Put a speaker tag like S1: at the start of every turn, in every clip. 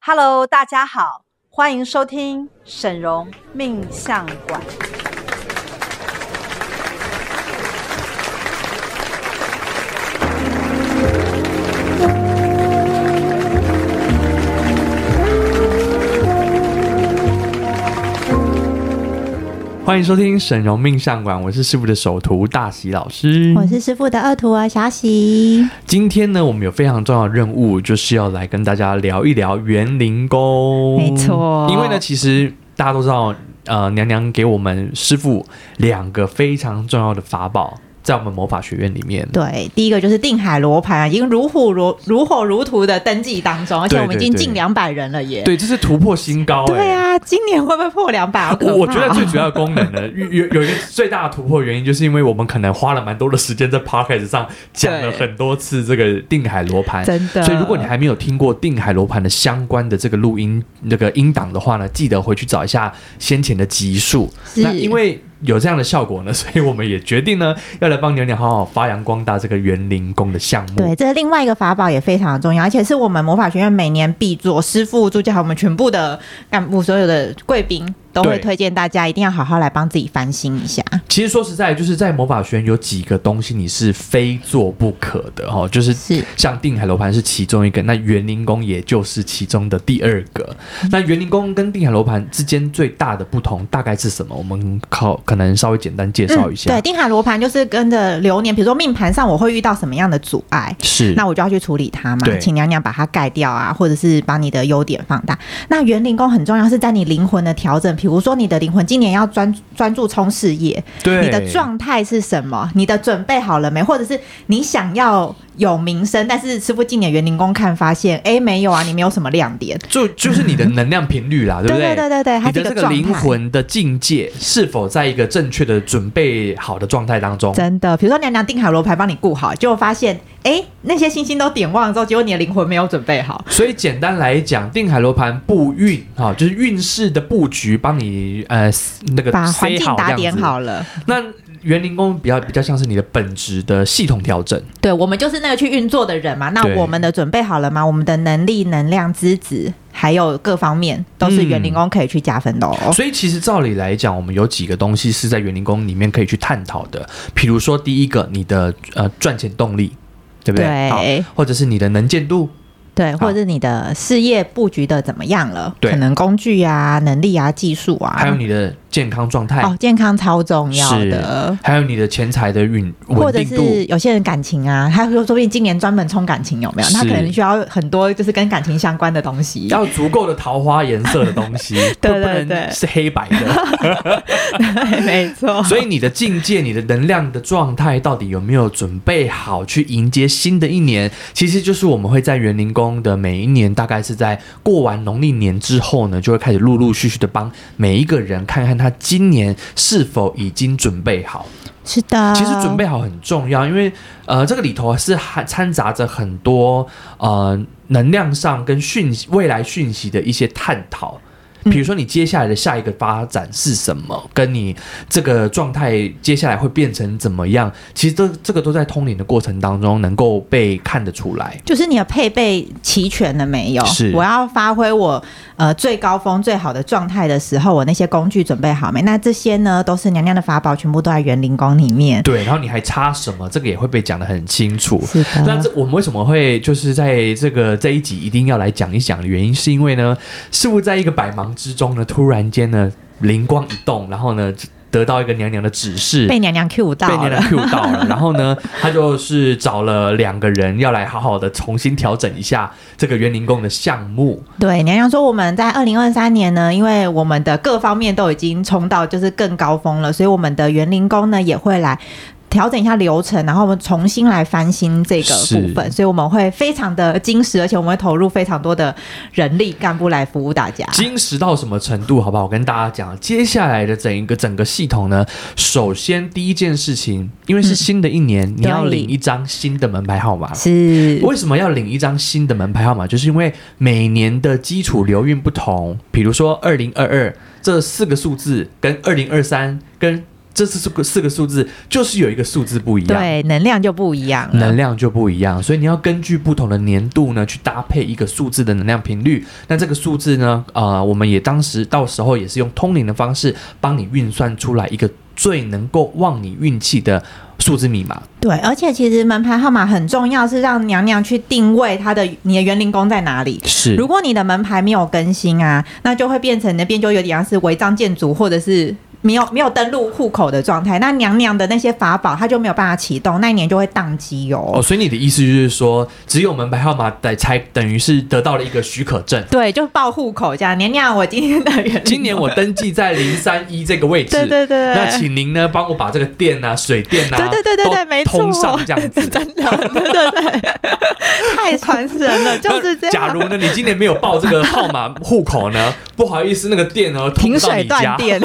S1: Hello，大家好，欢迎收听沈荣命相馆。
S2: 欢迎收听沈荣命相馆，我是师傅的首徒大喜老师。
S3: 我是师傅的二徒儿小喜。
S2: 今天呢，我们有非常重要的任务，就是要来跟大家聊一聊园林宫。
S3: 没错
S2: 因为呢，其实大家都知道，呃，娘娘给我们师傅两个非常重要的法宝，在我们魔法学院里面。
S3: 对，第一个就是定海罗盘，已经如虎如如火如荼的登记当中，而且
S2: 对
S3: 我们已经
S2: 对对
S3: 近两百人了耶。
S2: 对，这是突破新高、哎。
S3: 对啊，今年会不会破两百？好可怕
S2: 我我觉得最主要的功能呢， 有有有一个最大的突破原因，就是因为我们可能花了蛮多的时间在 podcast 上讲了
S3: 对
S2: 很多次这个定海罗盘，
S3: 真的，
S2: 所以，如果你还没有听过定海罗盘的相关的这个录音那个音档的话呢，记得回去找一下先前的集数。
S3: 是
S2: 那因为有这样的效果呢，所以我们也决定呢，要来帮娘娘好好发扬光大这个园林宫的项目。
S3: 对，这是另外一个法宝也非常重要，而且是我们魔法学院每年必做，师傅、助教还有我们全部的干部、所有的贵宾都会
S2: 对
S3: 推荐大家一定要好好来帮自己翻新一下。
S2: 其实说实在，就是在魔法学院有几个东西你是非做不可的哈、哦，就是
S3: 是
S2: 像定海楼盘是其中一个，那园林宫也就是其中的第二个。那园林宫跟定海楼盘之间最大的不同大概是什么？我们靠可能稍微简单介绍一下。
S3: 嗯对，定海罗盘就是跟着流年，比如说命盘上我会遇到什么样的阻碍，
S2: 是
S3: 那我就要去处理它嘛
S2: 对，
S3: 请娘娘把它盖掉啊，或者是把你的优点放大。那园林工很重要，是在你灵魂的调整，比如说你的灵魂今年要专专注冲事业，
S2: 对
S3: 你的状态是什么？你的准备好了没？或者是你想要有名声，但是师傅今年园林工看发现，哎，没有啊，你没有什么亮点。
S2: 就就是你的能量频率啦，对不
S3: 嗯对
S2: 对
S3: 对对对它
S2: 你的
S3: 是
S2: 这
S3: 一个
S2: 个灵
S3: 状态
S2: 魂的境界是否在一个正确的准备好的状态当中？
S3: 真的，比如说娘娘定海罗牌帮你顾好，结果发现，哎，那些星星都点旺了之后，结果你的灵魂没有准备好。
S2: 所以简单来讲，定海罗盘布运哈、就是运势的布局，帮你呃那个
S3: 把环
S2: 塞
S3: 境
S2: 好
S3: 打
S2: 这
S3: 点
S2: 样子。
S3: 好了，
S2: 那园林宫比较比较像是你的本质的系统调整，
S3: 对我们就是那个去运作的人嘛。那
S2: 对
S3: 我们的准备好了吗？我们的能力、能量、资质，还有各方面，都是园林工可以去加分的哦。
S2: 所以其实照理来讲，我们有几个东西是在园林宫里面可以去探讨的，比如说第一个，你的呃赚钱动力，对不对？
S3: 对
S2: 好或者是你的能见度，
S3: 对，
S2: 好
S3: 或者是你的事业布局的怎么样了？
S2: 对
S3: 可能工具啊、能力啊、技术啊，
S2: 还有你的健康状态，
S3: 哦，健康超重要的
S2: 是。还有你的钱财的运
S3: 或
S2: 稳
S3: 者
S2: 定度
S3: 是。有些人感情啊，他说说不定今年专门冲感情有没有？
S2: 是
S3: 他可能需要很多就是跟感情相关的东西。
S2: 要足够的桃花颜色的东西，
S3: 对
S2: 不
S3: 对
S2: 不
S3: 对
S2: 能是黑白 的。
S3: 对，没错。
S2: 所以你的境界、你的能量的状态到底有没有准备好去迎接新的一年？其实就是我们会在园林宫的每一年，大概是在过完农历年之后呢，就会开始陆陆续续的帮每一个人看看他今年是否已经准备好。
S3: 是的，
S2: 其实准备好很重要，因为呃，这个里头是含掺杂着很多呃能量上跟讯息未来讯息的一些探讨。比如说，你接下来的下一个发展是什么？跟你这个状态接下来会变成怎么样？其实这这个都在通灵的过程当中能够被看得出来。
S3: 就是你的配备齐全了没有？
S2: 是
S3: 我要发挥我呃最高峰最好的状态的时候，我那些工具准备好没？那这些呢，都是娘娘的法宝，全部都在园林宫里面。
S2: 对，然后你还差什么？这个也会被讲得很清楚。
S3: 是
S2: 那
S3: 的，
S2: 这我们为什么会就是在这个这一集一定要来讲一讲的原因，是因为呢，师傅在一个百忙之中呢，突然间呢灵光一动，然后呢得到一个娘娘的指示，
S3: 被娘娘 Q 到
S2: 被娘
S3: 了
S2: 娘。Q 到了，然后呢，他就是找了两个人要来好好的重新调整一下这个园林宫的项目，
S3: 对，娘娘说我们在二零二三年呢，因为我们的各方面都已经冲到就是更高峰了，所以我们的园林宫呢也会来。调整一下流程，然后我们重新来翻新这个
S2: 是
S3: 部分，所以我们会非常的精实，而且我们会投入非常多的人力干部来服务大家。
S2: 金石到什么程度，好不好？我跟大家讲，接下来的整一个整个系统呢，首先第一件事情，因为是新的一年，你要
S3: 嗯对
S2: 领一张新的门牌号码，
S3: 是
S2: 为什么要领一张新的门牌号码？就是因为每年的基础流运不同，比如说二零二二这四个数字跟二零二三跟这四个四个数字就是有一个数字不一样，
S3: 对，能量就不一样了
S2: 能。量就不一样，所以你要根据不同的年度呢，去搭配一个数字的能量频率。那这个数字呢，呃，我们也当时到时候也是用通灵的方式帮你运算出来一个最能够旺你运气的数字密码。
S3: 对，而且其实门牌号码很重要，是让娘娘去定位她的你的园林宫在哪里。
S2: 是
S3: 如果你的门牌没有更新啊，那就会变成那边就有点像是违章建筑，或者是没有没有登录户口的状态。那娘娘的那些法宝，它就没有办法启动，那一年就会宕机哦
S2: 哦，。所以你的意思就是说，只有门牌号码得才等于是得到了一个许可证。
S3: 对，就报户口这样。娘娘，我今天的园林
S2: 今年我登记在零三一这个位置，
S3: 对对对对
S2: 那请您呢帮我把这个电啊、水电啊，
S3: 对对对对对，
S2: 都
S3: 没错，
S2: 通上这样子。
S3: 真 的，对对对，太传神了， 就是这样。
S2: 假如呢，你今年没有报这个号码户口呢，不好意思，那个电呢通
S3: 停
S2: 到
S3: 水
S2: 你
S3: 断
S2: 家。
S3: 电，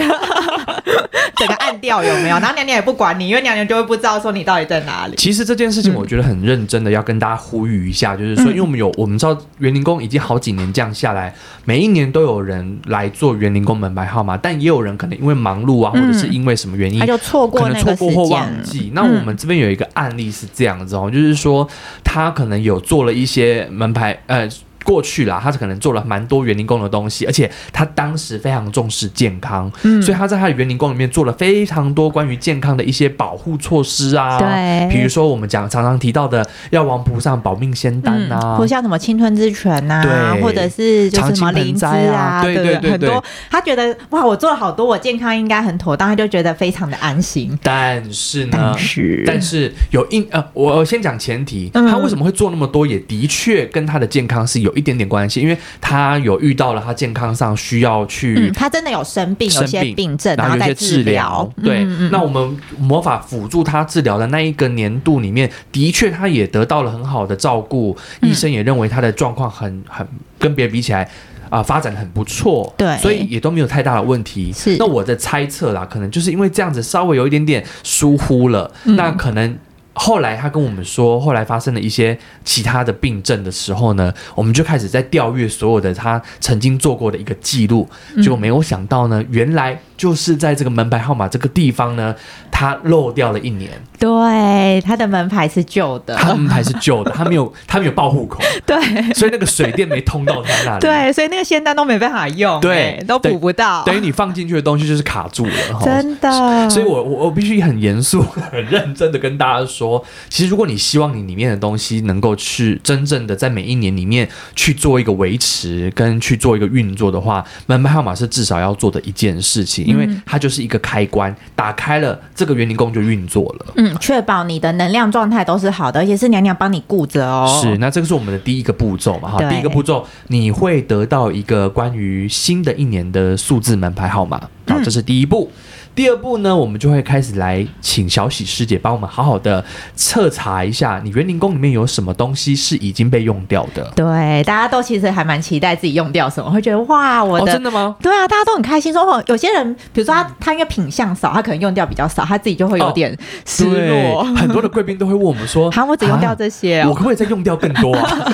S3: 整个暗掉有没有？然后娘娘也不管你，因为娘娘就会不知道说你到底在哪里。
S2: 其实这件事情，我觉得很认真的要跟大家呼吁一下，就是
S3: 嗯
S2: 说，因为我们有我们知道园林工已经好几年这样下来，每一年都有人来做园林工门牌号码，但也有人可能因为忙碌啊，或
S3: 嗯
S2: 者是因为什么原因
S3: 他，就错
S2: 可
S3: 过
S2: 能
S3: 那
S2: 错
S3: 个
S2: 过
S3: 时
S2: 或
S3: 间嗯
S2: 忘记。那我们这边有一个案例是这样子哦，就是说他可能有做了一些门牌呃。过去啦，他可能做了蛮多园林工的东西，而且他当时非常重视健康，
S3: 嗯
S2: 所以他在他的园林工里面做了非常多关于健康的一些保护措施啊，
S3: 对
S2: 比如说我们讲常常提到的药王菩萨保命仙丹啊，
S3: 嗯或像什么青春之泉呐、
S2: 对
S3: 或者是就是什么灵芝
S2: 长青盆栽啊对
S3: 对
S2: 对对
S3: 很
S2: 对
S3: 多他觉得哇，我做了好多，我健康应该很妥当，他就觉得非常的安心。
S2: 但是呢，
S3: 但是，
S2: 但是有因呃，我我先讲前提，
S3: 嗯
S2: 他为什么会做那么多，也的确跟他的健康是有一点点关系，因为他有遇到了他健康上需要去
S3: 嗯，。他真的有生病，有
S2: 生
S3: 些
S2: 病
S3: 病症，
S2: 然后有一
S3: 再
S2: 些治疗，对，
S3: 嗯嗯
S2: 那我们魔法辅助他治疗的那一个年度里面，的确他也得到了很好的照顾，
S3: 嗯
S2: 医生也认为他的状况很很跟别人比起来。啊、发展的很不错，
S3: 对
S2: 所以也都没有太大的问题。
S3: 是
S2: 那我的猜测啦，可能就是因为这样子稍微有一点点疏忽了，
S3: 嗯
S2: 那可能后来他跟我们说，后来发生了一些其他的病症的时候呢，我们就开始在调阅所有的他曾经做过的一个记录，
S3: 嗯
S2: 结果没有想到呢，原来就是在这个门牌号码这个地方呢，他漏掉了一年，
S3: 对，他的门牌是旧 的，
S2: 他门牌是旧的，他没有 他没有报户口，
S3: 对。
S2: 所以那个水电没通到他那里。。
S3: 对，所以那个仙丹都没办法用，
S2: 对
S3: 哎都补不到，
S2: 等于你放进去的东西就是卡住了，哈
S3: 真的。
S2: 所以我我我必须很严肃、 很认真的跟大家说，其实如果你希望你里面的东西能够去真正的在每一年里面去做一个维持跟去做一个运作的话，门牌号码是至少要做的一件事情，因为它就是一个开关，打开了这个园林工就运作了。
S3: 嗯，确保你的能量状态都是好的，而且是娘娘帮你顾着哦。
S2: 是，，那这个是我们的第一个步骤嘛，哈，
S3: 对
S2: 第一个步骤你会得到一个关于新的一年的数字门牌号码，
S3: 嗯
S2: 好，这是第一步。第二步呢，我们就会开始来请小喜师姐帮我们好好的彻查一下，你园林宫里面有什么东西是已经被用掉的？
S3: 对，大家都其实还蛮期待自己用掉什么，会觉得哇，我
S2: 哦，
S3: 的
S2: 真的吗？
S3: 对啊，大家都很开心说哦，有些人比如说他他因为品相少，他可能用掉比较少，他自己就会有点失
S2: 哦对
S3: 落。，
S2: 很多的贵宾都会问我们说，
S3: 好，我只用掉这些、
S2: 啊我
S3: 哦。
S2: 可不可以再用掉更多 啊？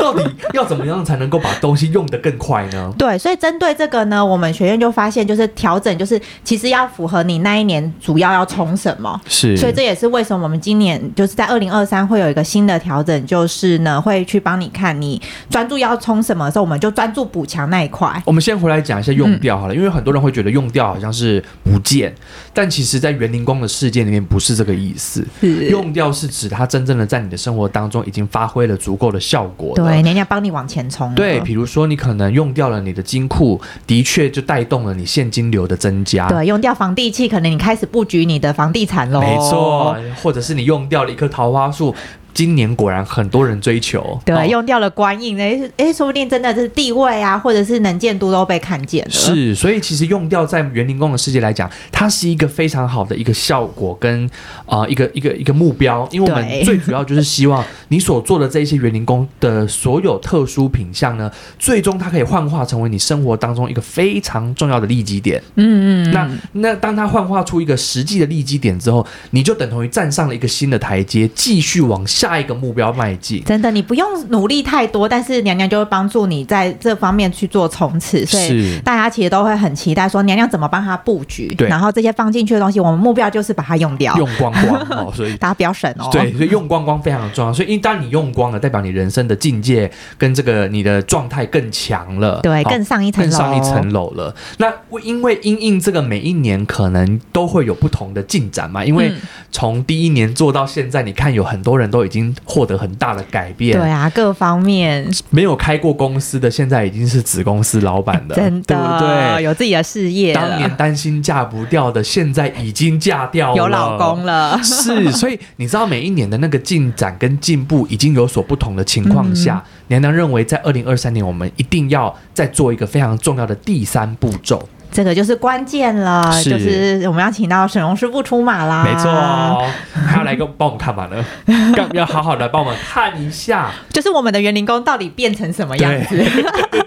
S2: 到底要怎么样才能够把东西用得更快呢？
S3: 对，所以针对这个呢，我们学院就发现，就是调整，就是其实要符合你那一年主要要冲什么。
S2: 是
S3: 所以这也是为什么我们今年就是在二零二三会有一个新的调整，就是呢会去帮你看你专注要冲什么的时候，我们就专注补强那一块。
S2: 我们先回来讲一下
S3: 嗯
S2: 用掉好了，因为很多人会觉得用掉好像是不见，但其实，在园林工的事件里面不是这个意思。
S3: 是，
S2: 用掉是指它真正的在你的生活当中已经发挥了足够的效果了
S3: 对，。人家帮你往前冲了。啊
S2: 对，比如说你可能用掉了你的金库，的确就带动了你现金流的增加。
S3: 对，用掉房地契，可能你开始布局你的房地产喽。
S2: 没
S3: 哦
S2: 错，，或者是你用掉了一棵桃花树，今年果然很多人追求。
S3: 对，
S2: 哦
S3: 用掉了官印，哎、哎、说不定真的是地位啊，或者是能见度都被看见了。，
S2: 是，所以其实用掉在园林工的世界来讲，它是一个非常好的一个效果跟啊、呃一个一个一个目标，因为我们
S3: 对
S2: 最主要就是希望你所做的这一些园林工的所有特殊品项 呢，最终它可以幻化成为你生活当中一个非常重要的利基点。
S3: 嗯嗯，
S2: 那那当它幻化出一个实际的利基点之后，你就等同于站上了一个新的台阶，继续往下一个目标迈进。
S3: 真的，你不用努力太多，但是娘娘就会帮助你在这方面去做冲刺，所以
S2: 是
S3: 大家其实都会很期待说娘娘怎么帮她布局，
S2: 对
S3: 然后这些放进去的东西，我们目标就是把它用掉，
S2: 用光光哦，所以
S3: 大家不要省哦。
S2: 对，所以用光光非常重要。所以一旦你用光了，代表你人生的境界跟这个你的状态更强了，
S3: 对
S2: 好
S3: 更上一层
S2: 更上一
S3: 楼
S2: 层楼了。那因为因应这个每一年可能都会有不同的进展嘛，因为
S3: 嗯
S2: 从第一年做到现在，你看有很多人都已经获得很大的改变，
S3: 对啊，各方面
S2: 没有开过公司的现在已经是子公司老板了，
S3: 真
S2: 对
S3: 的
S2: 不对？
S3: 有自己的事业
S2: 当年
S3: 了，
S2: 担心嫁不掉的，现在已经嫁掉了，。
S3: 有老公了
S2: 是，所以你知道每一年的那个进展跟进步已经有所不同的情况下，娘娘认为在二零二三年我们一定要再做一个非常重要的第三步骤，
S3: 这个就是关键了，
S2: 是
S3: 就是我们要请到沈荣师傅出马啦。
S2: 没错哦，还要来跟帮我们看嘛呢， 要要好好的帮我们看一下，
S3: 就是我们的园林工到底变成什么样子？
S2: 对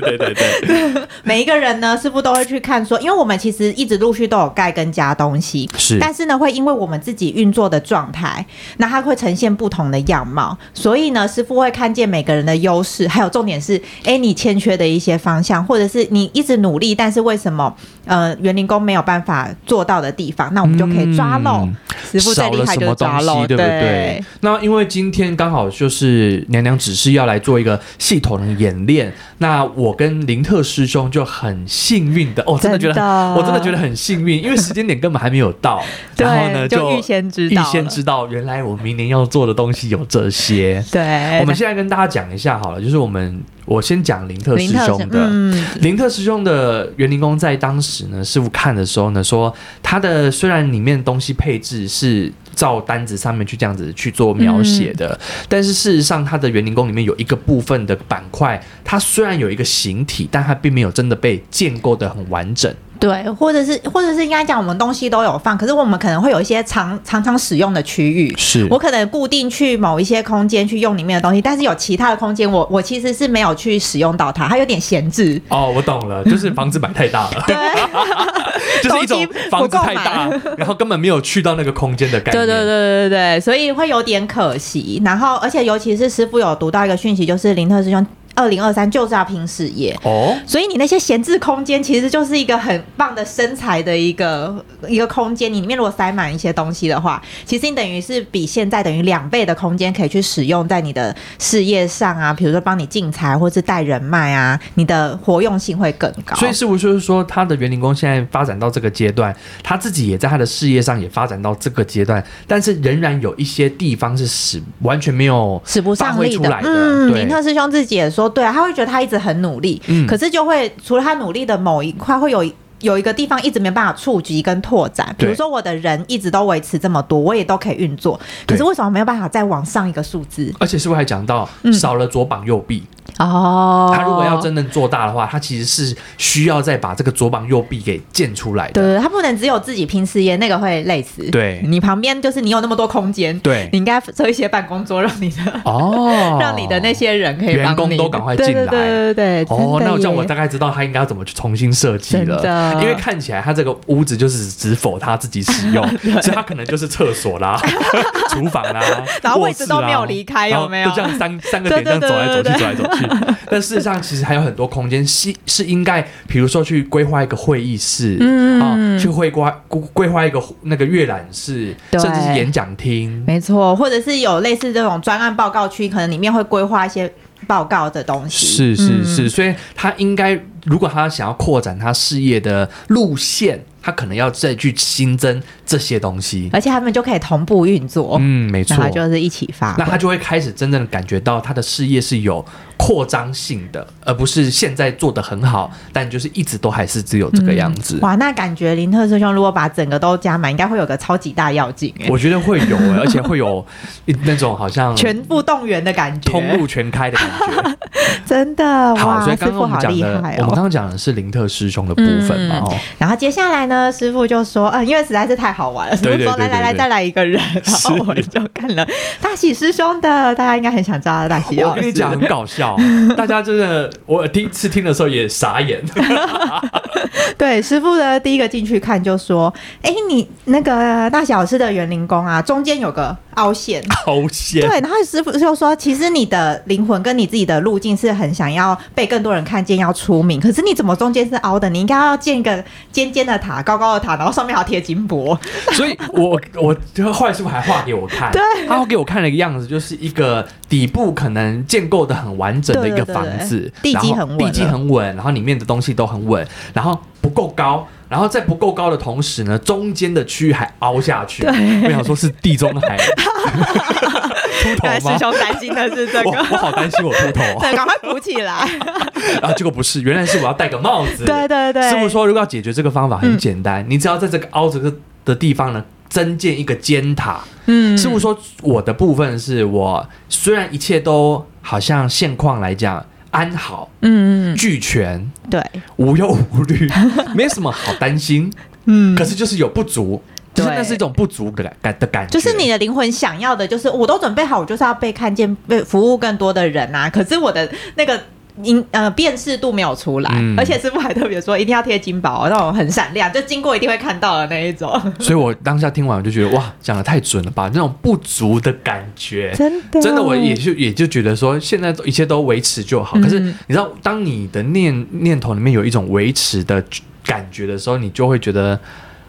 S2: 对对对对，
S3: 每一个人呢，师傅都会去看说，因为我们其实一直陆续都有盖跟加东西，
S2: 是
S3: 但是呢，会因为我们自己运作的状态，那它会呈现不同的样貌，所以呢，师傅会看见每个人的优势，还有重点是，哎，你欠缺的一些方向，或者是你一直努力，但是为什么呃园林工没有办法做到的地方，那我们就可以抓漏。
S2: 嗯
S3: 师傅最
S2: 少
S3: 厉
S2: 了
S3: 害
S2: 什
S3: 就
S2: 么
S3: 是
S2: 东
S3: 抓
S2: 西，
S3: 漏，
S2: 对不对？那因为今天刚好就是娘娘只是要来做一个系统的演练，那我跟林特师兄就很幸运的，哦，真的觉得
S3: 真的
S2: 我真的觉得很幸运，因为时间点根本还没有到，
S3: 对
S2: 然后呢
S3: 就
S2: 就
S3: 预先知
S2: 预
S3: 道
S2: 先
S3: 了
S2: 知道原来我明年要做的东西有这些。
S3: 对，
S2: 我们现在跟大家讲一下好了，就是我们我先讲林特师
S3: 林特
S2: 兄的，
S3: 嗯，
S2: 林特师兄的园林工在当时呢，师傅看的时候呢，说他的虽然里面东西配置是照单子上面去这样子去做描写的，但是事实上他的园林工里面有一个部分的板块，它虽然有一个形体，但它并没有真的被建构的很完整。
S3: 对，或者是或者是应该讲，我们东西都有放，可是我们可能会有一些常常常使用的区域。
S2: 是
S3: 我可能固定去某一些空间去用里面的东西，但是有其他的空间我，我其实是没有去使用到它，它有点闲置。
S2: 哦，我懂 了，就是房子买太大了，
S3: 对
S2: 就是一 种
S3: 东西不
S2: 房子
S3: 够
S2: 太大，然后根本没有去到那个空间的概
S3: 对
S2: 念。
S3: 对对对对对，所以会有点可惜。然后，而且尤其是师傅有读到一个讯息，就是林特师兄二零二三就是要拼事业。
S2: 哦，
S3: 所以你那些闲置空间其实就是一个很棒的身材的一个一个空间，你里面如果塞满一些东西的话，其实你等于是比现在等于两倍的空间可以去使用在你的事业上啊，比如说帮你进财或是带人脉啊，你的活用性会更高。
S2: 所以是不是就是说，他的园林工现在发展到这个阶段，他自己也在他的事业上也发展到这个阶段，但是仍然有一些地方是使完全没有
S3: 使不
S2: 发
S3: 上
S2: 挥
S3: 力
S2: 出
S3: 的
S2: 来，的
S3: 嗯，
S2: 对
S3: 林特师兄自己也说，对啊，他会觉得他一直很努力，
S2: 嗯
S3: 可是就会除了他努力的某一块，会有有一个地方一直没办法触及跟拓展。比
S2: 对
S3: 如说我的人一直都维持这么多，我也都可以运作，可是
S2: 对
S3: 为什么没有办法再往上一个数字？
S2: 而且是不是还讲到
S3: 嗯
S2: 少了左膀右臂？
S3: 哦
S2: 他如果要真正做大的话，他其实是需要再把这个左膀右臂给建出来的。
S3: 对，他不能只有自己拼事业，那个会累死。
S2: 对
S3: 你旁边就是你有那么多空间，
S2: 对
S3: 你应该设一些办公桌，让你的、
S2: 哦
S3: 让你的那些人可以
S2: 员
S3: 帮
S2: 工
S3: 你
S2: 都赶快进来
S3: 对对对对对，
S2: 哦，
S3: 真的
S2: 那我这样
S3: 耶
S2: 我大概知道他应该要怎么去重新设计
S3: 真的
S2: 了，因为看起来他这个屋子就是只否他自己使 用，所以他可能就是厕所啦、厨房啦，
S3: 然后
S2: 卧
S3: 位置
S2: 室
S3: 都
S2: 啦
S3: 没有离开
S2: 然后
S3: 有没有
S2: 就这样三三个
S3: 对
S2: 点这样
S3: 对
S2: 走来走去，
S3: 对
S2: 走来走去。但事实上，其实还有很多空间是是应该，比如说去规划一个会议室，
S3: 嗯
S2: 啊，去规划规规划一个那个阅览室，
S3: 对
S2: 甚至是演讲厅。
S3: 没错，或者是有类似这种专案报告区，可能里面会规划一些报告的东西。
S2: 是是是，
S3: 嗯
S2: 所以他应该，如果他想要扩展他事业的路线，他可能要再去新增这些东西。
S3: 而且他们就可以同步运作，
S2: 嗯，没错
S3: 然。后就是一起发
S2: 那他
S3: 挥。
S2: 就会开始真正的感觉到他的事业是有扩张性的，而不是现在做的很好，但就是一直都还是只有这个样子。
S3: 嗯哇，那感觉林特师兄如果把整个都加满，应该会有个超级大要景哎、
S2: 我觉得会有、而且会有那种好像
S3: 全部动员的感 觉，
S2: 通路全开的感觉。
S3: 真的
S2: 好，
S3: 哇，
S2: 所以
S3: 师
S2: 刚刚
S3: 傅
S2: 我们
S3: 好
S2: 讲
S3: 厉
S2: 的，
S3: 害
S2: 我们刚
S3: 哦。
S2: 刚讲的是林特师兄的部分嘛，
S3: 嗯
S2: 哦，
S3: 然后接下来呢，师傅就说，嗯，因为实在是太好玩了，师
S2: 对
S3: 傅说
S2: 对对
S3: 来
S2: 对
S3: 来来，
S2: 对
S3: 再来一个人，然后
S2: 是
S3: 我就看了大喜师兄的，大家应该很想知道大喜 哦
S2: 我
S3: 老师。
S2: 跟你讲，很搞 笑，大家真的，我第一次听的时候也傻眼。
S3: 对，师傅呢，第一个进去看就说：“哎、你那个大小师的园林宫啊，中间有个凹陷。
S2: 好险！
S3: 对，然后师傅就说，其实你的灵魂跟你自己的路径是很想要被更多人看见，要出名。可是你怎么中间是凹的？你应该要建一个尖尖的塔，高高的塔，然后上面还要贴金 箔。
S2: 所以我我就坏师傅还画给我看，对，他给我看了一个样子，就是一个底部可能建构的很完整的一个房子，
S3: 对对对对
S2: 然后
S3: 地基很稳
S2: 地基很稳，然后里面的东西都很稳，然后不够高。然后在不够高的同时呢，中间的区域还凹下去。我想说，是地中 海秃头吗？
S3: 兄担心的是这
S2: 我 我好担心我秃头啊！
S3: 对，赶快补起来。
S2: 然后结果不是，原来是我要戴个帽子。
S3: 对对对，嗯
S2: 师傅说，如果要解决这个方法很简单，你只要在这个凹着的的地方呢，增建一个尖塔。
S3: 嗯，
S2: 师傅说，我的部分是我虽然一切都好像现况来讲安好
S3: 嗯，嗯
S2: 俱全，
S3: 嗯，对，
S2: 无忧无虑， 没什么好担心，
S3: 嗯
S2: 可是就是有不足，就
S3: 对
S2: 是那是一种不足的感的感觉，
S3: 就是你。的灵魂想要的，就是我都准备好，我就是要被看见，被服务更多的人啊。可是我的那个音呃辨识度没有出来，
S2: 嗯
S3: 而且师傅还特别说一定要贴金箔，那种很闪亮，就经过一定会看到的那 一种。
S2: 所以我当下听完我就觉得哇，讲的太准了吧，那种不足的感觉，
S3: 真的
S2: 真的，我也就也就觉得说，现在都一切都维持就好。
S3: 嗯
S2: 可是你知道，当你的念念头里面有一种维持的感觉的时候，你就会觉得，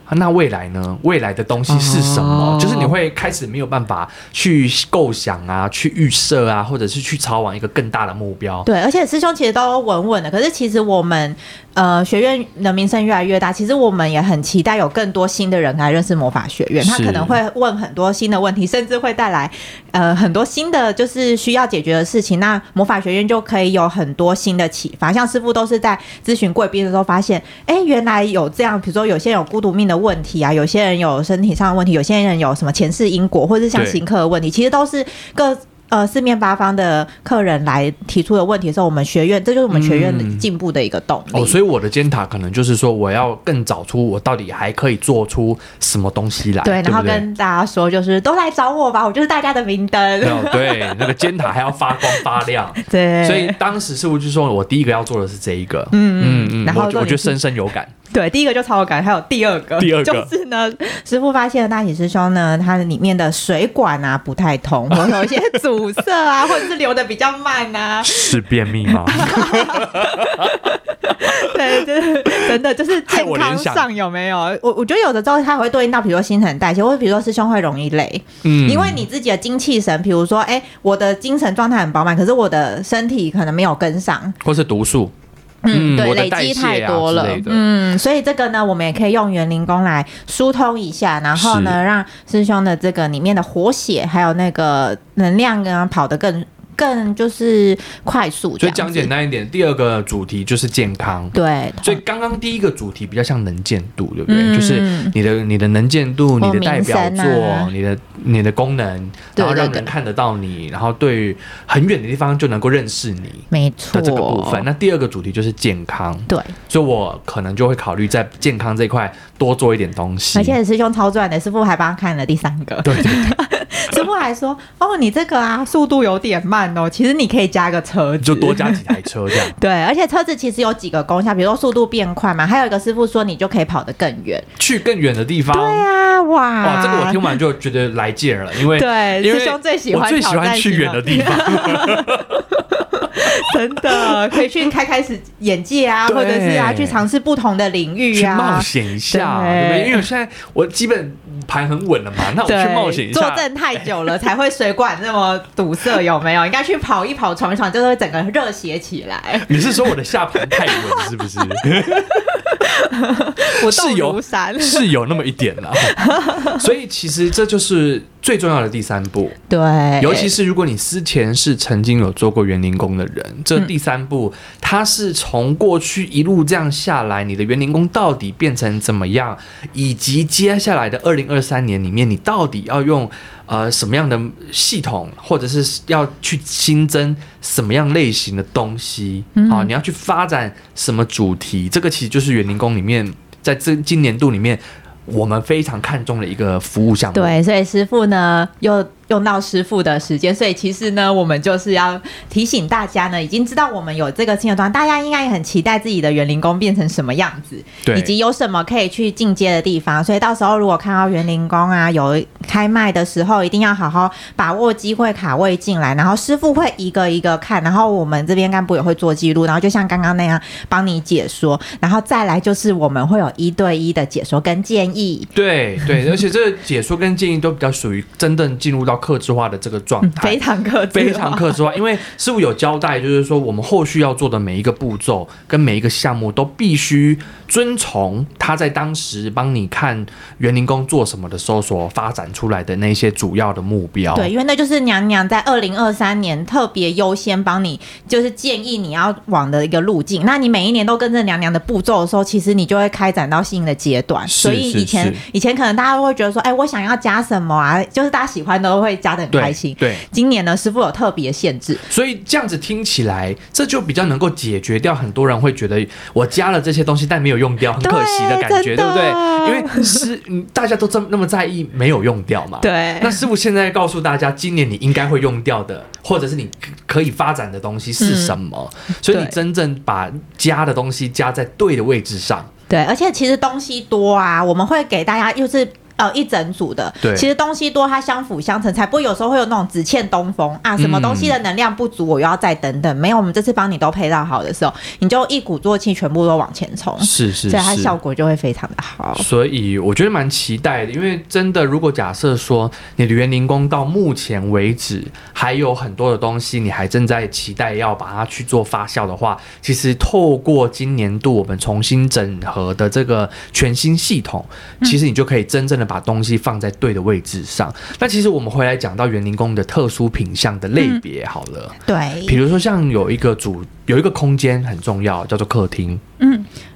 S2: 啊那未来呢？未来的东西是什么？
S3: 哦
S2: 就是你会开始没有办法去构想啊，去预设啊，或者是去朝往一个更大的目标。
S3: 对，而且师兄其实都稳稳的，可是其实我们呃学院的名声越来越大，其实我们也很期待有更多新的人来认识魔法学院，他
S2: 是
S3: 可能会问很多新的问题，甚至会带来呃很多新的就是需要解决的事情。那魔法学院就可以有很多新的启发，像师傅都是在咨询贵宾的时候发现，哎，原来有这样，比如说有些人有孤独命的问题啊，有些人有身体上的问题，有些人有什么前世因果，或者是像
S2: 对
S3: 行客的问题，其实都是各呃四面八方的客人来提出的问题的时候，我们学院这就是我们学院的
S2: 嗯
S3: 进步的一个动力。
S2: 哦，所以我的尖塔可能就是说，我要更找出我到底还可以做出什么东西来，
S3: 对，然后
S2: 不对
S3: 跟大家说，就是都来找我吧，我就是大家的明 灯。
S2: 哦对那个尖塔还要发光发亮。
S3: 对，
S2: 所以当时师傅就说，我第一个要做的是这一个，
S3: 嗯
S2: 嗯嗯，
S3: 然后
S2: 我
S3: 重
S2: 我
S3: 点
S2: 觉得
S3: 是
S2: 深深有感，
S3: 对，第一个就超有感，还有第二个，
S2: 第二个
S3: 就是呢，师傅发现大喜师兄呢，他里面的水管啊不太 通，或者有一些阻塞啊，或者是流的比较慢 啊，
S2: 是便秘吗？
S3: 对，就是真的就是
S2: 害
S3: 健
S2: 我联
S3: 康
S2: 想
S3: 上有没有？我我觉得有的时候它会对应到，比如说新陈代谢，或者比如说师兄会容易累，
S2: 嗯
S3: 因为你自己的精气神，比如说哎、我的精神状态很饱满，可是我的身体可能没有跟上，
S2: 或是毒素，
S3: 嗯，
S2: 嗯
S3: 对，
S2: 我的
S3: 累
S2: 代
S3: 积
S2: 谢
S3: 太
S2: 啊
S3: 多
S2: 之
S3: 了
S2: 类，的
S3: 嗯，所以这个呢，我们也可以用园林工来疏通一下，然后呢，让师兄的这个里面的活血还有那个能量啊跑得更更就是快速这
S2: 所以
S3: 样子，
S2: 讲简单一点，第二个主题就是健康。
S3: 对，
S2: 所以刚刚第一个主题比较像能见度，对不对？
S3: 嗯
S2: 就是你的你的能见度、你
S3: 或
S2: 的代表
S3: 名
S2: 作、
S3: 声啊
S2: 你的你的功能，
S3: 对
S2: 然后让
S3: 对对
S2: 人看得到你，然后对于很远的地方就能够认识你
S3: 没
S2: 的
S3: 错，
S2: 这个部分。那第二个主题就是健康，
S3: 对。
S2: 所以我可能就会考虑在健康这一块多做一点东西。
S3: 而且师兄超赚的，师傅还帮他看了第三个。
S2: 对对
S3: 师傅还说：“哦，你这个啊，速度有点慢哦，其实你可以加个车子，
S2: 就多加几台车这 样。
S3: 对，而且车子其实有几个功效，比如说速度变快嘛，还有一个师傅说你就可以跑得更远。
S2: 去更远的地方。
S3: 对啊，哇，
S2: 哇，这个 我听完就觉得来劲儿了，因为
S3: 对
S2: 因为
S3: 师兄最喜欢
S2: 我最喜
S3: 挑
S2: 欢
S3: 战
S2: 去
S3: 型
S2: 远
S3: 的
S2: 的地 方，
S3: 真的可以去开开始眼界啊，
S2: 对
S3: 或者是啊去尝试不同的领域
S2: 去冒
S3: 啊。
S2: 险一下，
S3: 对
S2: 对不对？因为我现在我基本盘很稳了嘛，那我去冒险一
S3: 坐
S2: 下。
S3: 镇太久了才会水管那么堵塞，有 没有？应该去跑一跑、闯一闯，就会整个热血起来，
S2: 你是说我的下盘太稳是不 是？
S3: 不
S2: 是
S3: 动
S2: 有
S3: 如山。
S2: 是有那么一点啦。所以其实这就是最重要的第三步，
S3: 对，
S2: 尤其是如果你之前是曾经有做过园林工的人，这第三步，
S3: 嗯
S2: 它是从过去一路这样下来，你的园林工到底变成怎么样，以及接下来的二零二三年里面，你到底要用呃什么样的系统，或者是要去新增什么样类型的东西
S3: 嗯
S2: 啊、你要去发展什么主题，这个其实就是园林工里面在这今年度里面。我们非常看重的一个服务项目，
S3: 对，所以师傅呢又用到师傅的时间，所以其实呢，我们就是要提醒大家呢，已经知道我们有这个亲友端，大家应该也很期待自己的园林工变成什么样子，
S2: 对
S3: 以及有什么可以去进阶的地方。所以到时候如果看到园林工啊有开卖的时候，一定要好好把握机会卡位进来，然后师傅会一个一个看，然后我们这边干部也会做记录，然后就像刚刚那样帮你解说，然后再来就是我们会有一对一的解说跟建议。
S2: 对对，而且这个解说跟建议都比较属于真正进入到客制化的这个状态，
S3: 非常客气，
S2: 嗯非 常客制化，因为师傅有交代，就是说我们后续要做的每一个步骤跟每一个项目都必须遵从他在当时帮你看园林工做什么的时候所发展出来的那些主要的目标。
S3: 对，因为那就是娘娘在二零二三年特别优先帮你，就是建议你要往的一个路径。那你每一年都跟着娘娘的步骤的时候，其实你就会开展到新的阶段。
S2: 是
S3: 所以
S2: 是
S3: 以前
S2: 是
S3: 以前可能大家都会觉得说，哎、我想要加什么啊？就是大家喜欢都会加的很
S2: 对
S3: 开心。
S2: 对，
S3: 今年呢，师傅有特别限制，
S2: 所以这样子听起来，这就比较能够解决掉很多人会觉得我加了这些东西，但没有用掉，很可惜的感觉，对
S3: 对
S2: 不
S3: 真的
S2: 对？因为是嗯大家都这么那么在意没有用掉嘛。。
S3: 对
S2: 那师傅现在告诉大家，今年你应该会用掉的，或者是你可可以发展的东西是什么？所以你
S3: 嗯对
S2: 真正把加的东西加在对的位置上，
S3: 对，而且其实东西多啊，我们会给大家又是。呃，一整组的，
S2: 对
S3: 其实东西多，它相辅相成，才不会有时候会有那种只欠东风啊，什么东西的
S2: 嗯
S3: 能量不足，我又要再等等。没有，我们这次帮你都配到好的时候，你就一鼓作气，全部都往前冲，
S2: 是是
S3: 哦所以它效果就会非常的好。
S2: 所以我觉得蛮期待的，因为真的，如果假设说你的园林工到目前为止还有很多的东西，你还正在期待要把它去做发酵的话，其实透过今年度我们重新整合的这个全新系统，其实你就可以真正的把东西放在对的位置上。那其实我们回来讲到园林工的特殊品项的类别好了，比
S3: 对
S2: 如说像有一个主有一个空间很重要，叫做客厅，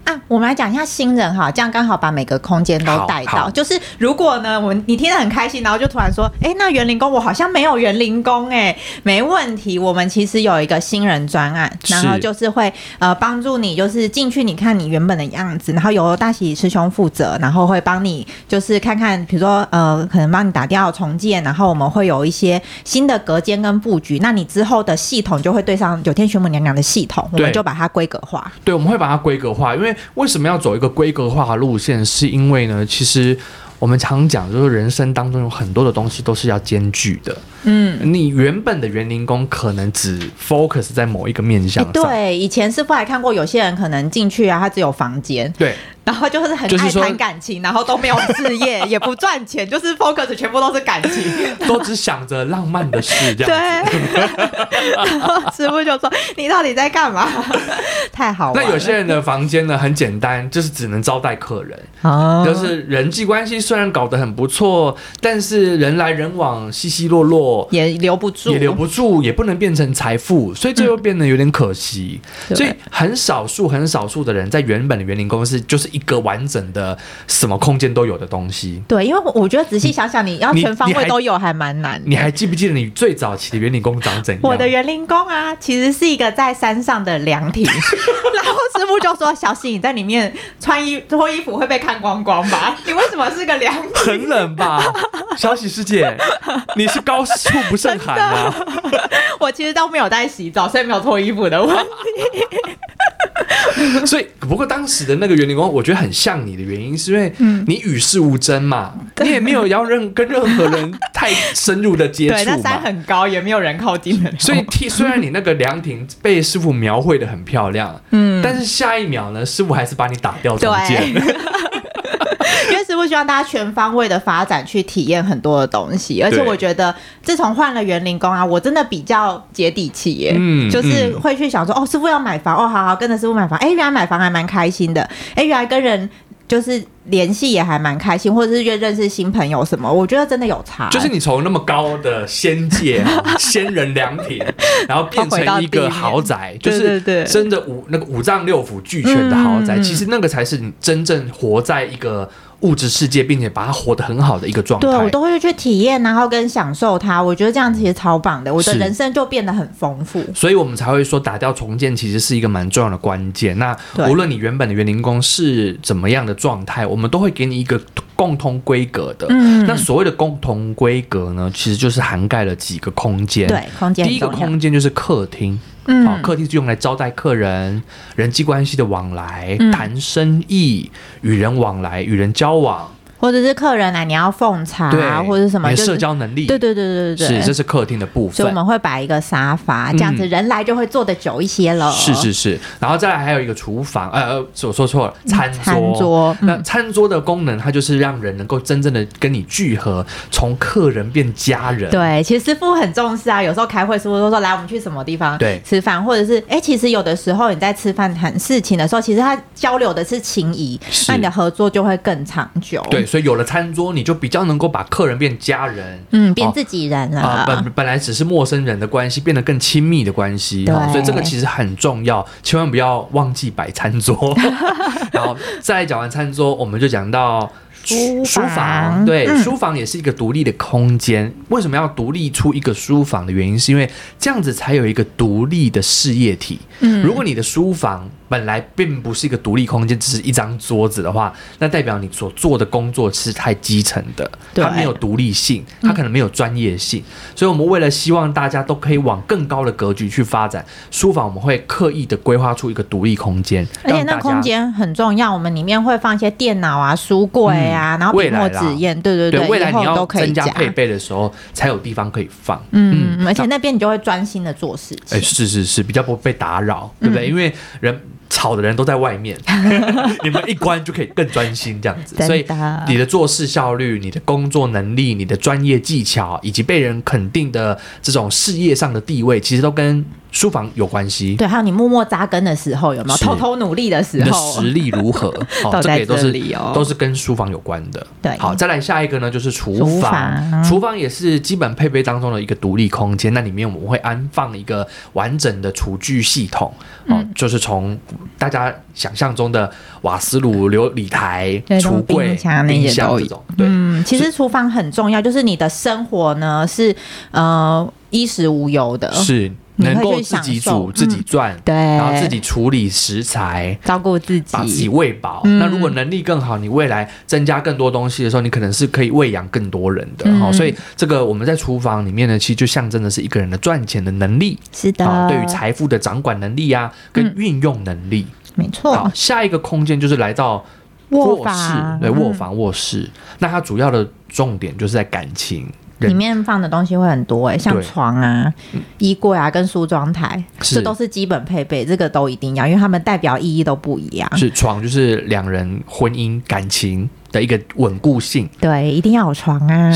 S3: 啊，我们来讲一下新人哈，这样刚好把每个空间都
S2: 好
S3: 带到。
S2: 好
S3: 就是如果呢，我们你听得很开心，然后就突然说，哎、那园林工我好像没有园林工哎、没问题，我们其实有一个新人专案，
S2: 是
S3: 然后就是会呃帮助你，就是进去你看你原本的样子，然后由大喜师兄负责，然后会帮你就是看看，比如说呃可能帮你打掉重建，然后我们会有一些新的隔间跟布局，那你之后的系统就会对上九天玄母娘娘的系统，我们
S2: 对
S3: 就把它规格化。
S2: 对，我们会把它规格化，因为为什么要走一个规格化的路线？是因为呢，其实我们常讲，就是人生当中有很多的东西都是要兼具的。
S3: 嗯，
S2: 你原本的园林工可能只 focus 在某一个面向上，
S3: 欸对，以前师傅还看过有些人可能进去啊，他只有房间，
S2: 对
S3: 然后就是很
S2: 就是
S3: 爱
S2: 说
S3: 谈感情，然后都没有事业， 也不赚钱，就是 focus 全部都是感情。
S2: 都只想着浪漫的事这
S3: 对，
S2: 样子。
S3: 然后 师傅就说：“你到底在干嘛？” 太好玩
S2: 那
S3: 了。
S2: 有些人的房间呢，很简单，就是只能招待客人，
S3: 哦，
S2: 就是人际关系虽然搞得很不错，但是人来人往，稀稀落落，
S3: 也留不住，
S2: 也留不住，也不能变成财富，所以这又变得有点可惜。
S3: 对
S2: 所以很少数、很少数的人在原本的园林公司就是一个完整的什么空间都有的东西。
S3: 对，因为我我觉得仔细想想，你要
S2: 你
S3: 全方
S2: 你
S3: 位
S2: 还
S3: 都有还蛮难的。
S2: 你还记不记得你最早期的园林工长怎样？
S3: 我的园林宫啊，其实是一个在山上的凉 亭，然后师傅就说：“小喜，你在里面穿衣脱衣服会被看光光吧？你为什么是个凉亭？
S2: 很冷吧，小喜师姐，你是高处不胜寒啊！
S3: 我其实都没有在洗澡，所以没有脱衣服的问题。
S2: 所以，不过当时的那个园林工，我觉得很像你的原因，是因为
S3: 嗯
S2: 你与世无争嘛，你也没有要任跟任何人太深入的接
S3: 对，
S2: 触
S3: 那
S2: 嘛
S3: 山。很高，也没有人靠近的。
S2: 所以替虽然你那个凉亭被师傅描绘的很漂亮，嗯，但是下一秒呢，师傅还是把你打掉重
S3: 对
S2: 建，，
S3: 因为师傅希望大家全方位的发展，去体验很多的东西。而且
S2: 对
S3: 我觉得，自从换了园林工啊，我真的比较接地气耶。
S2: 嗯
S3: 就是
S2: 嗯
S3: 会去想说，哦，师傅要买房，哦，好好跟着师傅买房。哎，原来买房还蛮开心的。哎，原来跟人就是联系也还蛮开心，或者是认认识新朋友什么，我觉得真的有差。
S2: 就是你从那么高的仙界啊仙人凉 亭，然后变成一个豪宅，就
S3: 对对
S2: 是
S3: 对嗯
S2: 真的五那个五脏六腑俱全的豪宅，其实那个才是你真正活在一个物质世界，并且把它活得很好的一个状态。
S3: 对我都会去体验，然后跟享受它。我觉得这样其实超棒的，我的
S2: 是
S3: 人生就变得很丰富。
S2: 所以我们才会说打掉重建其实是一个蛮重要的关键。那
S3: 对
S2: 无论你原本的园林工是怎么样的状态，我我们都会给你一个共同规格的。
S3: 嗯
S2: 那所谓的共同规格呢，其实就是涵盖了几个空间。
S3: 对，空间
S2: 第一个
S3: 很重要
S2: 空间就是客厅，
S3: 嗯
S2: 哦，客厅是用来招待客人、人际关系的往来、
S3: 嗯
S2: 谈生意、与人往来、与人交往，
S3: 或者是客人来，啊你要奉茶
S2: 对，
S3: 或者是什么，
S2: 你
S3: 就
S2: 的
S3: 是
S2: 社交能力，
S3: 对对对对对
S2: 是，这
S3: 对。
S2: 是客厅的部
S3: 所以我
S2: 分。
S3: 们会摆一个沙发，这样子人来就会坐得久一些了。
S2: 是是是，然后再来还有一个厨房，呃，呃我说错了，餐桌。
S3: 嗯餐桌，
S2: 那
S3: 嗯
S2: 餐桌的功能，它就是让人能够真正的跟你聚合，从客人变家人。
S3: 对，其实师傅很重视啊。有时候开会，师傅都说来，我们去什么地方
S2: 对
S3: 吃饭，或者是哎、其实有的时候你在吃饭谈事情的时候，其实他交流的是情谊，
S2: 是
S3: 那你的合作就会更长久。
S2: 对，，所以有了餐桌，你就比较能够把客人变家人。
S3: 嗯，变
S2: 哦
S3: 自己人了。
S2: 啊、本本来只是陌生人的关系，变得更亲密的关系，
S3: 对
S2: 哦所以这个其实很重要，千万不要忘记摆餐 桌。然后再讲完餐桌，我们就讲到
S3: 书
S2: 书
S3: 房
S2: 对，
S3: 嗯
S2: 书房也是一个独立的空间。为什么要独立出一个书房的原因，是因为这样子才有一个独立的事业体。
S3: 嗯
S2: 如果你的书房本来并不是一个独立空间，只是一张桌子的话，那代表你所做的工作是太基层的，
S3: 对嗯
S2: 它没有独立性，它可能没有专业性。所以，我们为了希望大家都可以往更高的格局去发展，书房我们会刻意的规划出一个独立空间，
S3: 而且
S2: 让
S3: 那
S2: 大
S3: 空
S2: 家。
S3: 间很重要，我们里面会放一些电脑啊、书柜啊，然后
S2: 嗯未
S3: 笔墨
S2: 来啦
S3: 纸砚，对对
S2: 对，未来
S3: 以
S2: 你
S3: 后
S2: 要
S3: 都可以
S2: 增加
S3: 加。
S2: 配备的时候，才有地方可以放。
S3: 嗯，而且
S2: 那
S3: 那边你就会专心的做事
S2: 哎，
S3: 情。
S2: 是是是，比较不被打扰，对
S3: 嗯
S2: 不对？因为人吵的人都在外 面，你们一关就可以更专心这样子，
S3: 真的
S2: 所以你的做事效率、你的工作能力、你的专业技巧，以及被人肯定的这种事业上的地位，其实都跟书房有关系。
S3: 对，还有你默默扎根的时候，有没有
S2: 是
S3: 偷偷努力的时
S2: 你的
S3: 候？
S2: 实力如 何？好、
S3: 都
S2: 这
S3: 在
S2: 个也都
S3: 这
S2: 是
S3: 里哦
S2: 都是跟书房有关的。
S3: 对
S2: 好，再来下一个呢，就是厨
S3: 厨
S2: 房
S3: 房。嗯
S2: 厨房也是基本配备当中的一个独立空间，那里面我们会安放一个完整的厨具系统。哦，
S3: 嗯
S2: 就是从大家想象中的瓦斯炉、琉璃台
S3: 对、
S2: 橱柜、
S3: 冰箱那些
S2: 冰箱
S3: 都
S2: 这
S3: 有
S2: 种，对。
S3: 嗯，其实厨房很重要，就是你的生活呢是呃衣食无忧的，
S2: 是
S3: 你
S2: 能
S3: 会
S2: 够
S3: 去
S2: 自己
S3: 享受嗯
S2: 煮、自己赚，
S3: 对
S2: 然后自己处理食材，
S3: 照顾自
S2: 把自己
S3: 己。
S2: 喂饱。
S3: 嗯
S2: 那如果能力更好，你未来增加更多东西的时候，你可能是可以喂养更多人的。
S3: 嗯
S2: 好、所以这个我们在厨房里面呢，其实就象征的是一个人的赚钱的能力
S3: 是的，嗯
S2: 啊、对于财富的掌管能力啊，跟运用能力。
S3: 没
S2: 好
S3: 错，，
S2: 下一个空间就是来到
S3: 哦卧
S2: 室
S3: 房，
S2: 对卧
S3: 嗯
S2: 房卧室。那它主要的重点就是在感情。人
S3: 里面放的东西会很多哎、像
S2: 对嗯
S3: 床啊、衣柜啊跟梳妆台，
S2: 是
S3: 这都是基本配备，这个都一定要，因为它们代表意义都不一样。
S2: 是床，就是两人婚姻感情的一个稳固性。
S3: 对，一定要有床 啊，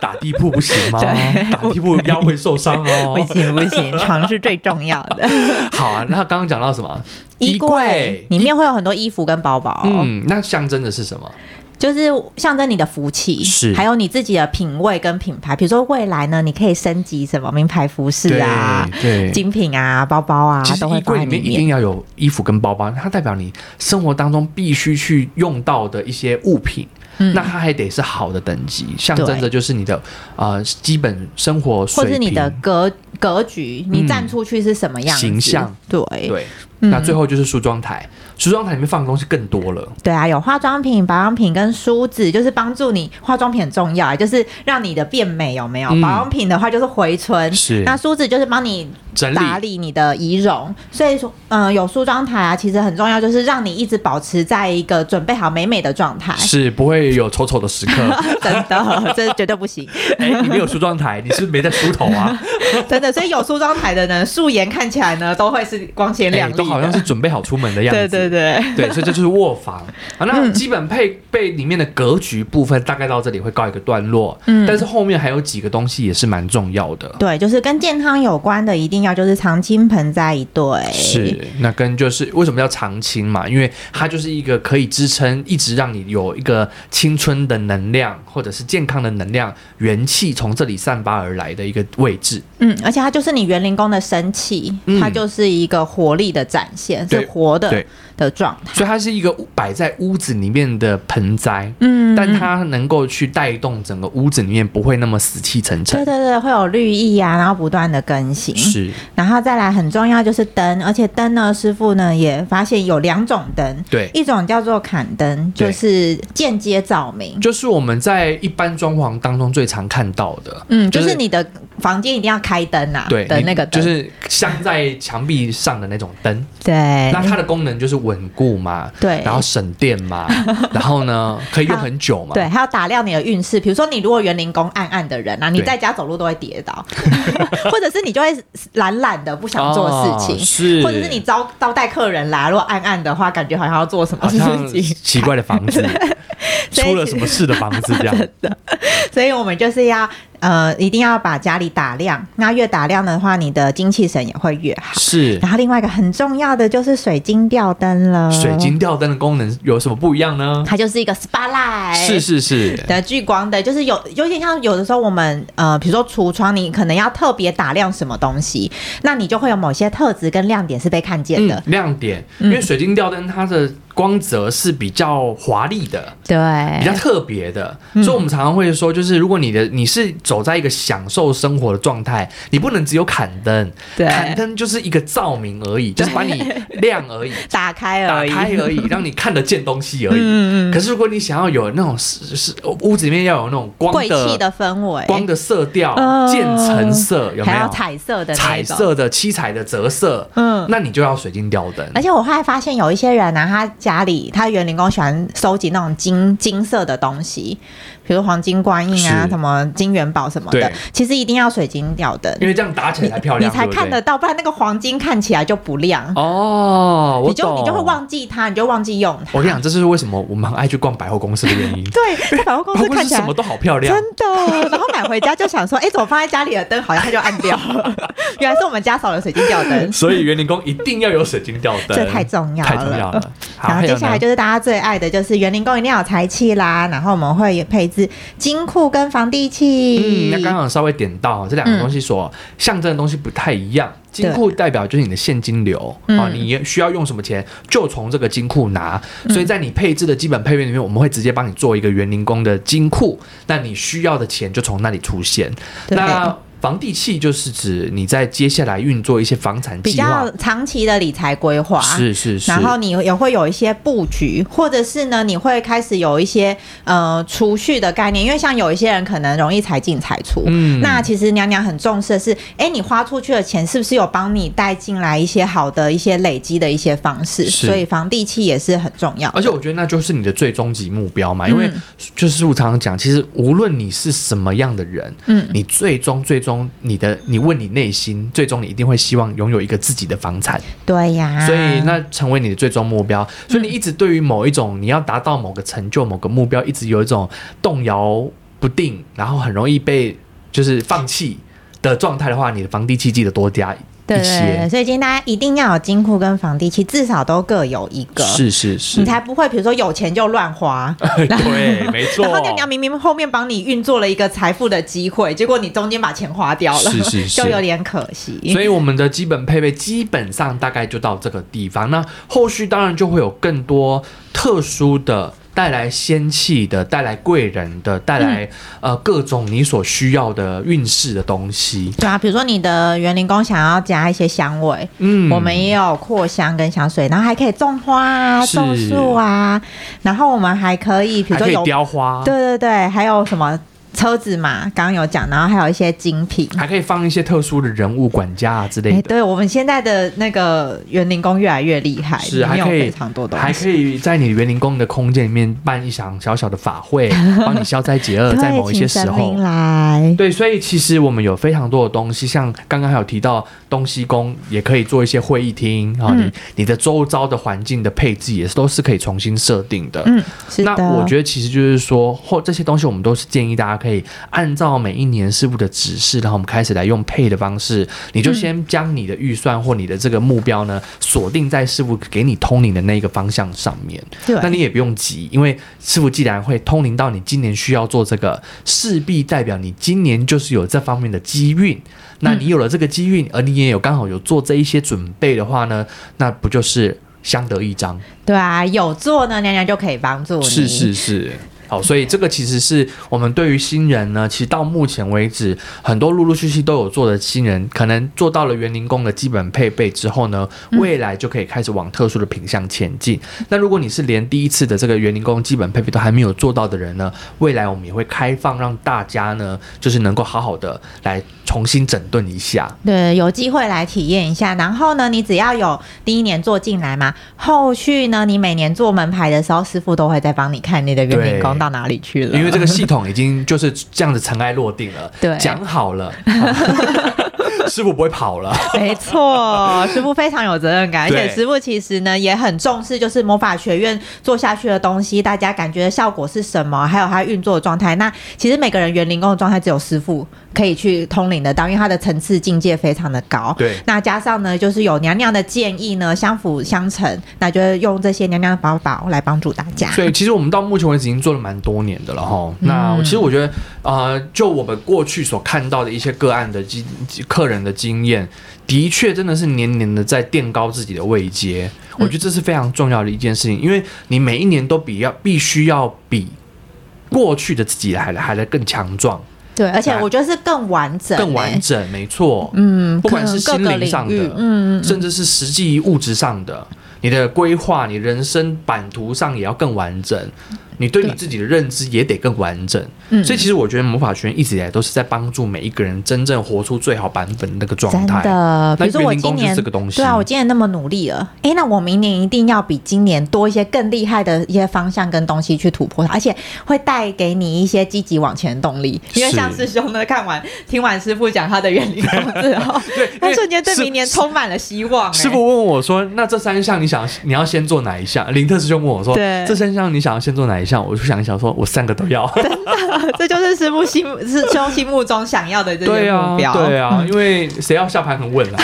S2: 打地铺不行吗？
S3: 对
S2: 打地铺腰会受伤
S3: 不
S2: 哦。
S3: 行不行，床是最重要 的。
S2: 好啊，那刚刚讲到什么？
S3: 衣柜哦里面会有很多衣服跟包包，
S2: 嗯，那象征的是什么？
S3: 就是象征你的福气，
S2: 是
S3: 还有你自己的品味跟品牌。比如说未来呢，你可以升级什么名牌服饰啊、
S2: 对。对
S3: 精品啊、包包啊
S2: 其，实
S3: 都会
S2: 衣
S3: 放
S2: 柜
S3: 在
S2: 里
S3: 里
S2: 面一
S3: 面。
S2: 定要有衣服跟包包，它代表你生活当中必须去用到的一些物品。
S3: 嗯
S2: 那它还得是好的等级，象征着
S3: 对
S2: 就是你的呃基本生活水
S3: 或
S2: 平嗯
S3: 是你的格格局，你站出去是什么样子？
S2: 形象
S3: 对
S2: 对。那
S3: 嗯
S2: 最后就是梳妆台，梳妆台里面放的东西更多了。
S3: 对啊，有化妆品、保养品跟梳子，就是帮助你化妆品很重要，就是让你的变美，有没有？
S2: 嗯
S3: 保养品的话就是回春，
S2: 是
S3: 那梳子就是帮你
S2: 整理
S3: 打理你的仪容，所以说，嗯、有梳妆台啊，其实很重要，就是让你一直保持在一个准备好美美的状态。
S2: 是不会有丑丑的时刻。
S3: 真的，这绝对不行，
S2: 哎、你没有梳妆台，你是不是没在梳头 啊？
S3: 真的。所以有梳妆台的呢，素颜看起来呢都会是光鲜亮
S2: 哎
S3: 丽的、
S2: 都好像是准备好出门的样
S3: 对
S2: 子。
S3: 对对。
S2: 对，所以这就是卧房啊。那
S3: 嗯
S2: 基本配备里面的格局部分大概到这里会告一个段落，
S3: 嗯
S2: 但是后面还有几个东西也是蛮重要的。
S3: 对，就是跟健康有关的，一定要就是常青盆栽一对，
S2: 是，那跟就是为什么叫长青嘛？因为它就是一个可以支撑，一直让你有一个青春的能量，或者是健康的能量、元气从这里散发而来的一个位置。
S3: 嗯，而且它就是你园林宫的神器，
S2: 嗯
S3: 它就是一个活力的展展现，
S2: 对
S3: 是活的
S2: 对
S3: 的状态。
S2: 所以它是一个屋摆在屋子里面的盆栽，
S3: 嗯
S2: 但它能够去带动整个屋子里面不会那么死气沉
S3: 对
S2: 沉。
S3: 对对，会有绿意啊，然后不断的更新，
S2: 是，
S3: 然后再来很重要就是灯，而且灯呢，师傅呢也发现有两种灯，
S2: 对
S3: 一种叫做砍灯，
S2: 对
S3: 就是间接照明，
S2: 就是我们在一般装潢当中最常看到的。
S3: 嗯，就
S2: 就是
S3: 是你的房间一定要开灯啊，
S2: 对
S3: 的
S2: 你
S3: 那个灯，
S2: 就是镶在墙壁上的那种灯，
S3: 对
S2: 那，它的功能就是稳固嘛，
S3: 哎对
S2: 然后省电 嘛，然后呢可以用很久嘛，
S3: 对，还有打量你的运势。比如说，你如果园林工暗暗的人啊，你
S2: 对
S3: 在家走路都会跌倒， 或者是你就会懒懒的不想做事情，
S2: 哦是
S3: 或者是你招招待客人来，如果暗暗的话，感觉好像要做什么
S2: 好
S3: 事
S2: 像
S3: 情。
S2: 奇怪的 房子，
S3: 所以
S2: 出了什么事的房子这样，
S3: 所以我们就是要呃，一定要把家里打亮。那越打亮的话，你的精气神也会越好。
S2: 是
S3: 然后另外一个很重要的就是水晶吊灯了，
S2: 水晶吊灯的功能有什么不一样呢？
S3: 它就是一个 SPA light，
S2: 是是是，
S3: 的聚光灯，就是有有点像有的时候我们呃，比如说橱窗，你可能要特别打亮什么东西，那你就会有某些特质跟亮点是被看见的
S2: 嗯。，亮点，因为水晶吊灯它的光泽是比较华丽的，比较
S3: 对，
S2: 特别的，
S3: 嗯
S2: 所以我们常常会说，就是如果你的你是走在一个享受生活的状态，你不能只有砍灯，
S3: 对
S2: 砍灯就是一个照明而已，就是把你亮而 已。
S3: 打开
S2: 打
S3: 而已，嗯
S2: 开 而已，让你看得见东西而已。可是如果你想要有那种是是屋子里面要有那种光
S3: 贵
S2: 的
S3: 气的氛围，
S2: 光的色调、
S3: 嗯
S2: 渐层色，有没
S3: 还
S2: 有
S3: 要？彩色的那
S2: 彩
S3: 种。
S2: 色的、七彩的折色，
S3: 嗯
S2: 嗯，那你就要水晶吊灯。
S3: 而且我后来发现有一些人呢、啊他家里他园林工喜欢收集那种金金色的东西，比如黄金观音啊，
S2: 是
S3: 什么金元宝什么的
S2: 对，
S3: 其实一定要水晶吊灯，
S2: 因为这样打起来才漂
S3: 你
S2: 亮，
S3: 才
S2: 对不
S3: 看
S2: 对
S3: 得到，不然那个黄金看起来就不亮。
S2: 哦，我
S3: 你就
S2: 懂
S3: 你就会。忘记它，你就忘记用它。
S2: 我跟你讲，这是为什么我们很爱去逛百货公司的 原因。
S3: 对，在百货公
S2: 百货
S3: 司
S2: 公
S3: 看
S2: 司
S3: 起
S2: 什
S3: 来
S2: 么都好漂亮，
S3: 真的，然后买回家就想说，哎、怎么放在家里的灯好像它就暗 掉了？原来是我们家少了水晶吊灯。
S2: 所以园林宫一定要有水晶吊灯，
S3: 这太重要了
S2: 太重要了。好
S3: 然后接下来
S2: 还有呢
S3: 就是大家最爱的就是园林工一定要有财气啦，然后我们会配置金库跟房地
S2: 嗯，
S3: 契。
S2: 那刚好稍微点到这两个东西所
S3: 嗯
S2: 象征的东西不太一样。金库代表就是你的现金流
S3: 嗯
S2: 啊，你需要用什么钱就从这个金库拿。
S3: 嗯
S2: 所以在你配置的基本配备里面，我们会直接帮你做一个园林工的金库，那你需要的钱就从那里出现。
S3: 对
S2: 那房地契就是指你在接下来运作一些房产
S3: 比
S2: 计划
S3: 较，长期的理财规划
S2: 是是是，
S3: 然后你也会有一些布局，或者是呢，你会开始有一些呃储蓄的概念，因为像有一些人可能容易财进财出，
S2: 嗯
S3: 那其实娘娘很重视的是，哎，你花出去的钱是不是有帮你带进来一些好的一些累积的一些方式？
S2: 是
S3: 所以房地契也是很重要的。
S2: 而且我觉得那就是你的最终极目标嘛，
S3: 嗯
S2: 因为就是我常常讲，其实无论你是什么样的人，
S3: 嗯
S2: 你最终最终你的你问你内心，最终你一定会希望拥有一个自己的房产，
S3: 对呀，
S2: 所以那成为你的最终目标。所
S3: 嗯
S2: 以你一直对于某一种你要达到某个成就、某个目标，一直有一种动摇不定，然后很容易被就是放弃的状态的话，你的房地契记得多加
S3: 对
S2: 一
S3: 对对对，
S2: 些，
S3: 所以今天大家一定要有金库跟房地契，至少都各有一个，
S2: 是是是
S3: 你，才不会比如说有钱就乱花。
S2: 对，没错
S3: 然后娘娘明明后面帮你运作了一个财富的机会，结果你中间把钱花 掉了，
S2: 是是是
S3: 就有点可惜。
S2: 所以我们的基本配备基本上大概就到这个地方。那后续当然就会有更多特殊的。带来仙气的，带来贵人的，带来、
S3: 嗯
S2: 呃各种你所需要的运势的东西。
S3: 对啊，比如说你的园林工想要加一些香味，
S2: 嗯
S3: 我们也有扩香跟香水，然后还可以种花啊、
S2: 是
S3: 种树啊，然后我们还可以，
S2: 嗯还
S3: 比如说
S2: 可以
S3: 有，
S2: 雕花，
S3: 对对对，还有什么车子嘛，刚刚有讲，然后还有一些精品。
S2: 还可以放一些特殊的人物、管家啊之类
S3: 哎，
S2: 的。
S3: 对我们现在的那个园林工越来越厉害，
S2: 是，
S3: 里
S2: 还
S3: 面有
S2: 可以
S3: 非常多东西，
S2: 还可以在你园林宫的空间里面办一场小小的法 会，帮你消灾解厄，呃在
S3: 对
S2: 某一些
S3: 请
S2: 时
S3: 神
S2: 候
S3: 明。来，
S2: 对，所以其实我们有非常多的东西，像刚刚还有提到东西宫也可以做一些会议厅啊，
S3: 嗯
S2: 你你的周遭的环境的配置也是都是可以重新设定的。
S3: 嗯，是
S2: 那
S3: 的，
S2: 我觉得其实就是说，后这些东西我们都是建议大家可以以按照每一年事务的指示，然后我们开始来用配的方式，你
S3: 嗯
S2: 就先将你的预算或你的这个目标呢锁定在事务给你通灵的那一个方向上面。
S3: 对，
S2: 那你也不用急，因为师傅既然会通灵到你今年需要做这个，势必代表你今年就是有这方面的机运。那你有了这个机运，而你也有刚好有做这一些准备的话呢，那不就是相得益彰？
S3: 对啊，有做呢，娘娘就可以帮助你。
S2: 是是是。好，所以这个其实是我们对于新人呢，其实到目前为止，很多陆陆续续都有做的新人，可能做到了园林工的基本配备之后呢，未来就可以开始往特殊的品项前进。那如果你是连第一次的这个园林工基本配备都还没有做到的人呢，未来我们也会开放让大家呢，就是能够好好的来重新整顿一下。
S3: 对，有机会来体验一下。然后呢，你只要有第一年做进来嘛，后续呢，你每年做门牌的时候，师傅都会再帮你看你的园林工
S2: 对
S3: 到哪里去了。
S2: 因为这个系统已经就是这样子尘埃落定了，
S3: 啊对
S2: 讲好了，师傅不会跑了。
S3: 没错，师傅非常有责任感，而
S2: 对
S3: 且师傅其实呢也很重视，就是魔法学院做下去的东西，大家感觉效果是什么，还有它运作的状态。那其实每个人园林工的状态只有师傅可以去通灵得到，因为它的层次境界非常的高。
S2: 对
S3: 那加上呢，就是有娘娘的建议呢，相辅相成，那就是用这些娘娘的法宝来帮助大家。
S2: 所以其实我们到目前为止已经做了蛮多年的了哈。那其实我觉得，呃，就我们过去所看到的一些个案的经客人的经验，的确真的是年年的在垫高自己的位阶。我觉得这是非常重要的一件事情，因为你每一年都比要必须要比过去的自己还来还来更强壮、
S3: 对，而且
S2: 来
S3: 我觉得是更完整、
S2: 更完
S3: 欸。
S2: 整，没错。
S3: 嗯，
S2: 不管
S3: 可能
S2: 是心
S3: 各个
S2: 灵上的
S3: 领域嗯，嗯
S2: 甚至是实际物质上的，你的规划、你人生版图上也要更完整，你对你自己的认知也得更完整。
S3: 嗯
S2: 所以其实我觉得魔法学院一直以来都是在帮助每一个人真正活出最好版本的那个状
S3: 真
S2: 态。
S3: 的，比
S2: 那
S3: 如说
S2: 园
S3: 我
S2: 林工
S3: 今
S2: 就是
S3: 年
S2: 这个东西
S3: 对啊，我今年那么努力了，诶，那我明年一定要比今年多一些更厉害的一些方向跟东西去突破，而且会带给你一些积极往前的动力。因为
S2: 是
S3: 像师兄呢，看完听完师傅讲他的园林工 之后，
S2: 因
S3: 哦他
S2: 为
S3: 瞬间对
S2: 师
S3: 明年充满了希望、欸诶
S2: 师傅问我说：“那这三项你想你要先做哪一项？”林特师兄问我说：“
S3: 对
S2: 这三项你想要先做哪一项？”我就想一想说：“我三个都要。” 啊
S3: 这就是师傅心师兄心目中想要的这
S2: 对
S3: 些
S2: 啊
S3: 目，标。
S2: 对 啊，因为谁要下盘很稳啊？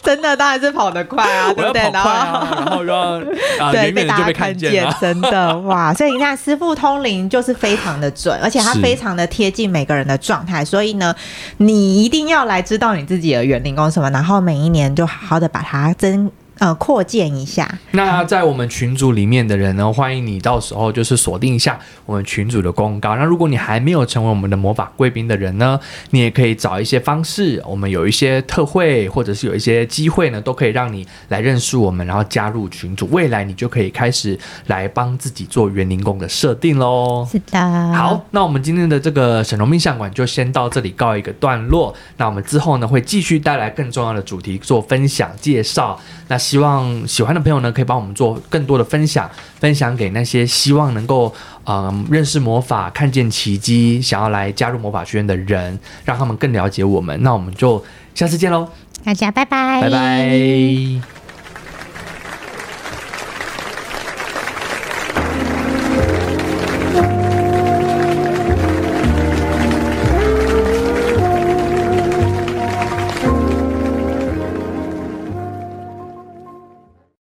S3: 真的当然是跑得快啊，
S2: 我
S3: 对
S2: 要
S3: 不
S2: 跑快
S3: 对？然后。
S2: 啊，然后又要啊，
S3: 对，
S2: 远远的
S3: 大
S2: 就
S3: 家
S2: 被
S3: 看
S2: 见啊了。
S3: 真的哇！所以你看，师傅通灵就是非常的准，而且他
S2: 是
S3: 非常的贴近每个人的状态。所以呢，你一定要来知道你自己的园林工什么，然后每一年就好好的把它增呃扩建一下。
S2: 那在我们群组里面的人呢，欢迎你到时候就是锁定一下我们群组的公告。那如果你还没有成为我们的魔法贵宾的人呢，你也可以找一些方式，我们有一些特惠或者是有一些机会呢，都可以让你来认识我们，然后加入群组。未来你就可以开始来帮自己做园林工的设定喽。
S3: 是的，
S2: 好，，那我们今天的这个沈荣命相馆就先到这里告一个段落。那我们之后呢，会继续带来更重要的主题做分享介绍。那希望喜欢的朋友呢，可以帮我们做更多的分享，分享给那些希望能够嗯、认识魔法、看见奇迹、想要来加入魔法学院的人，让他们更了解我们。那我们就下次见喽，
S3: 大家拜拜，
S2: 拜拜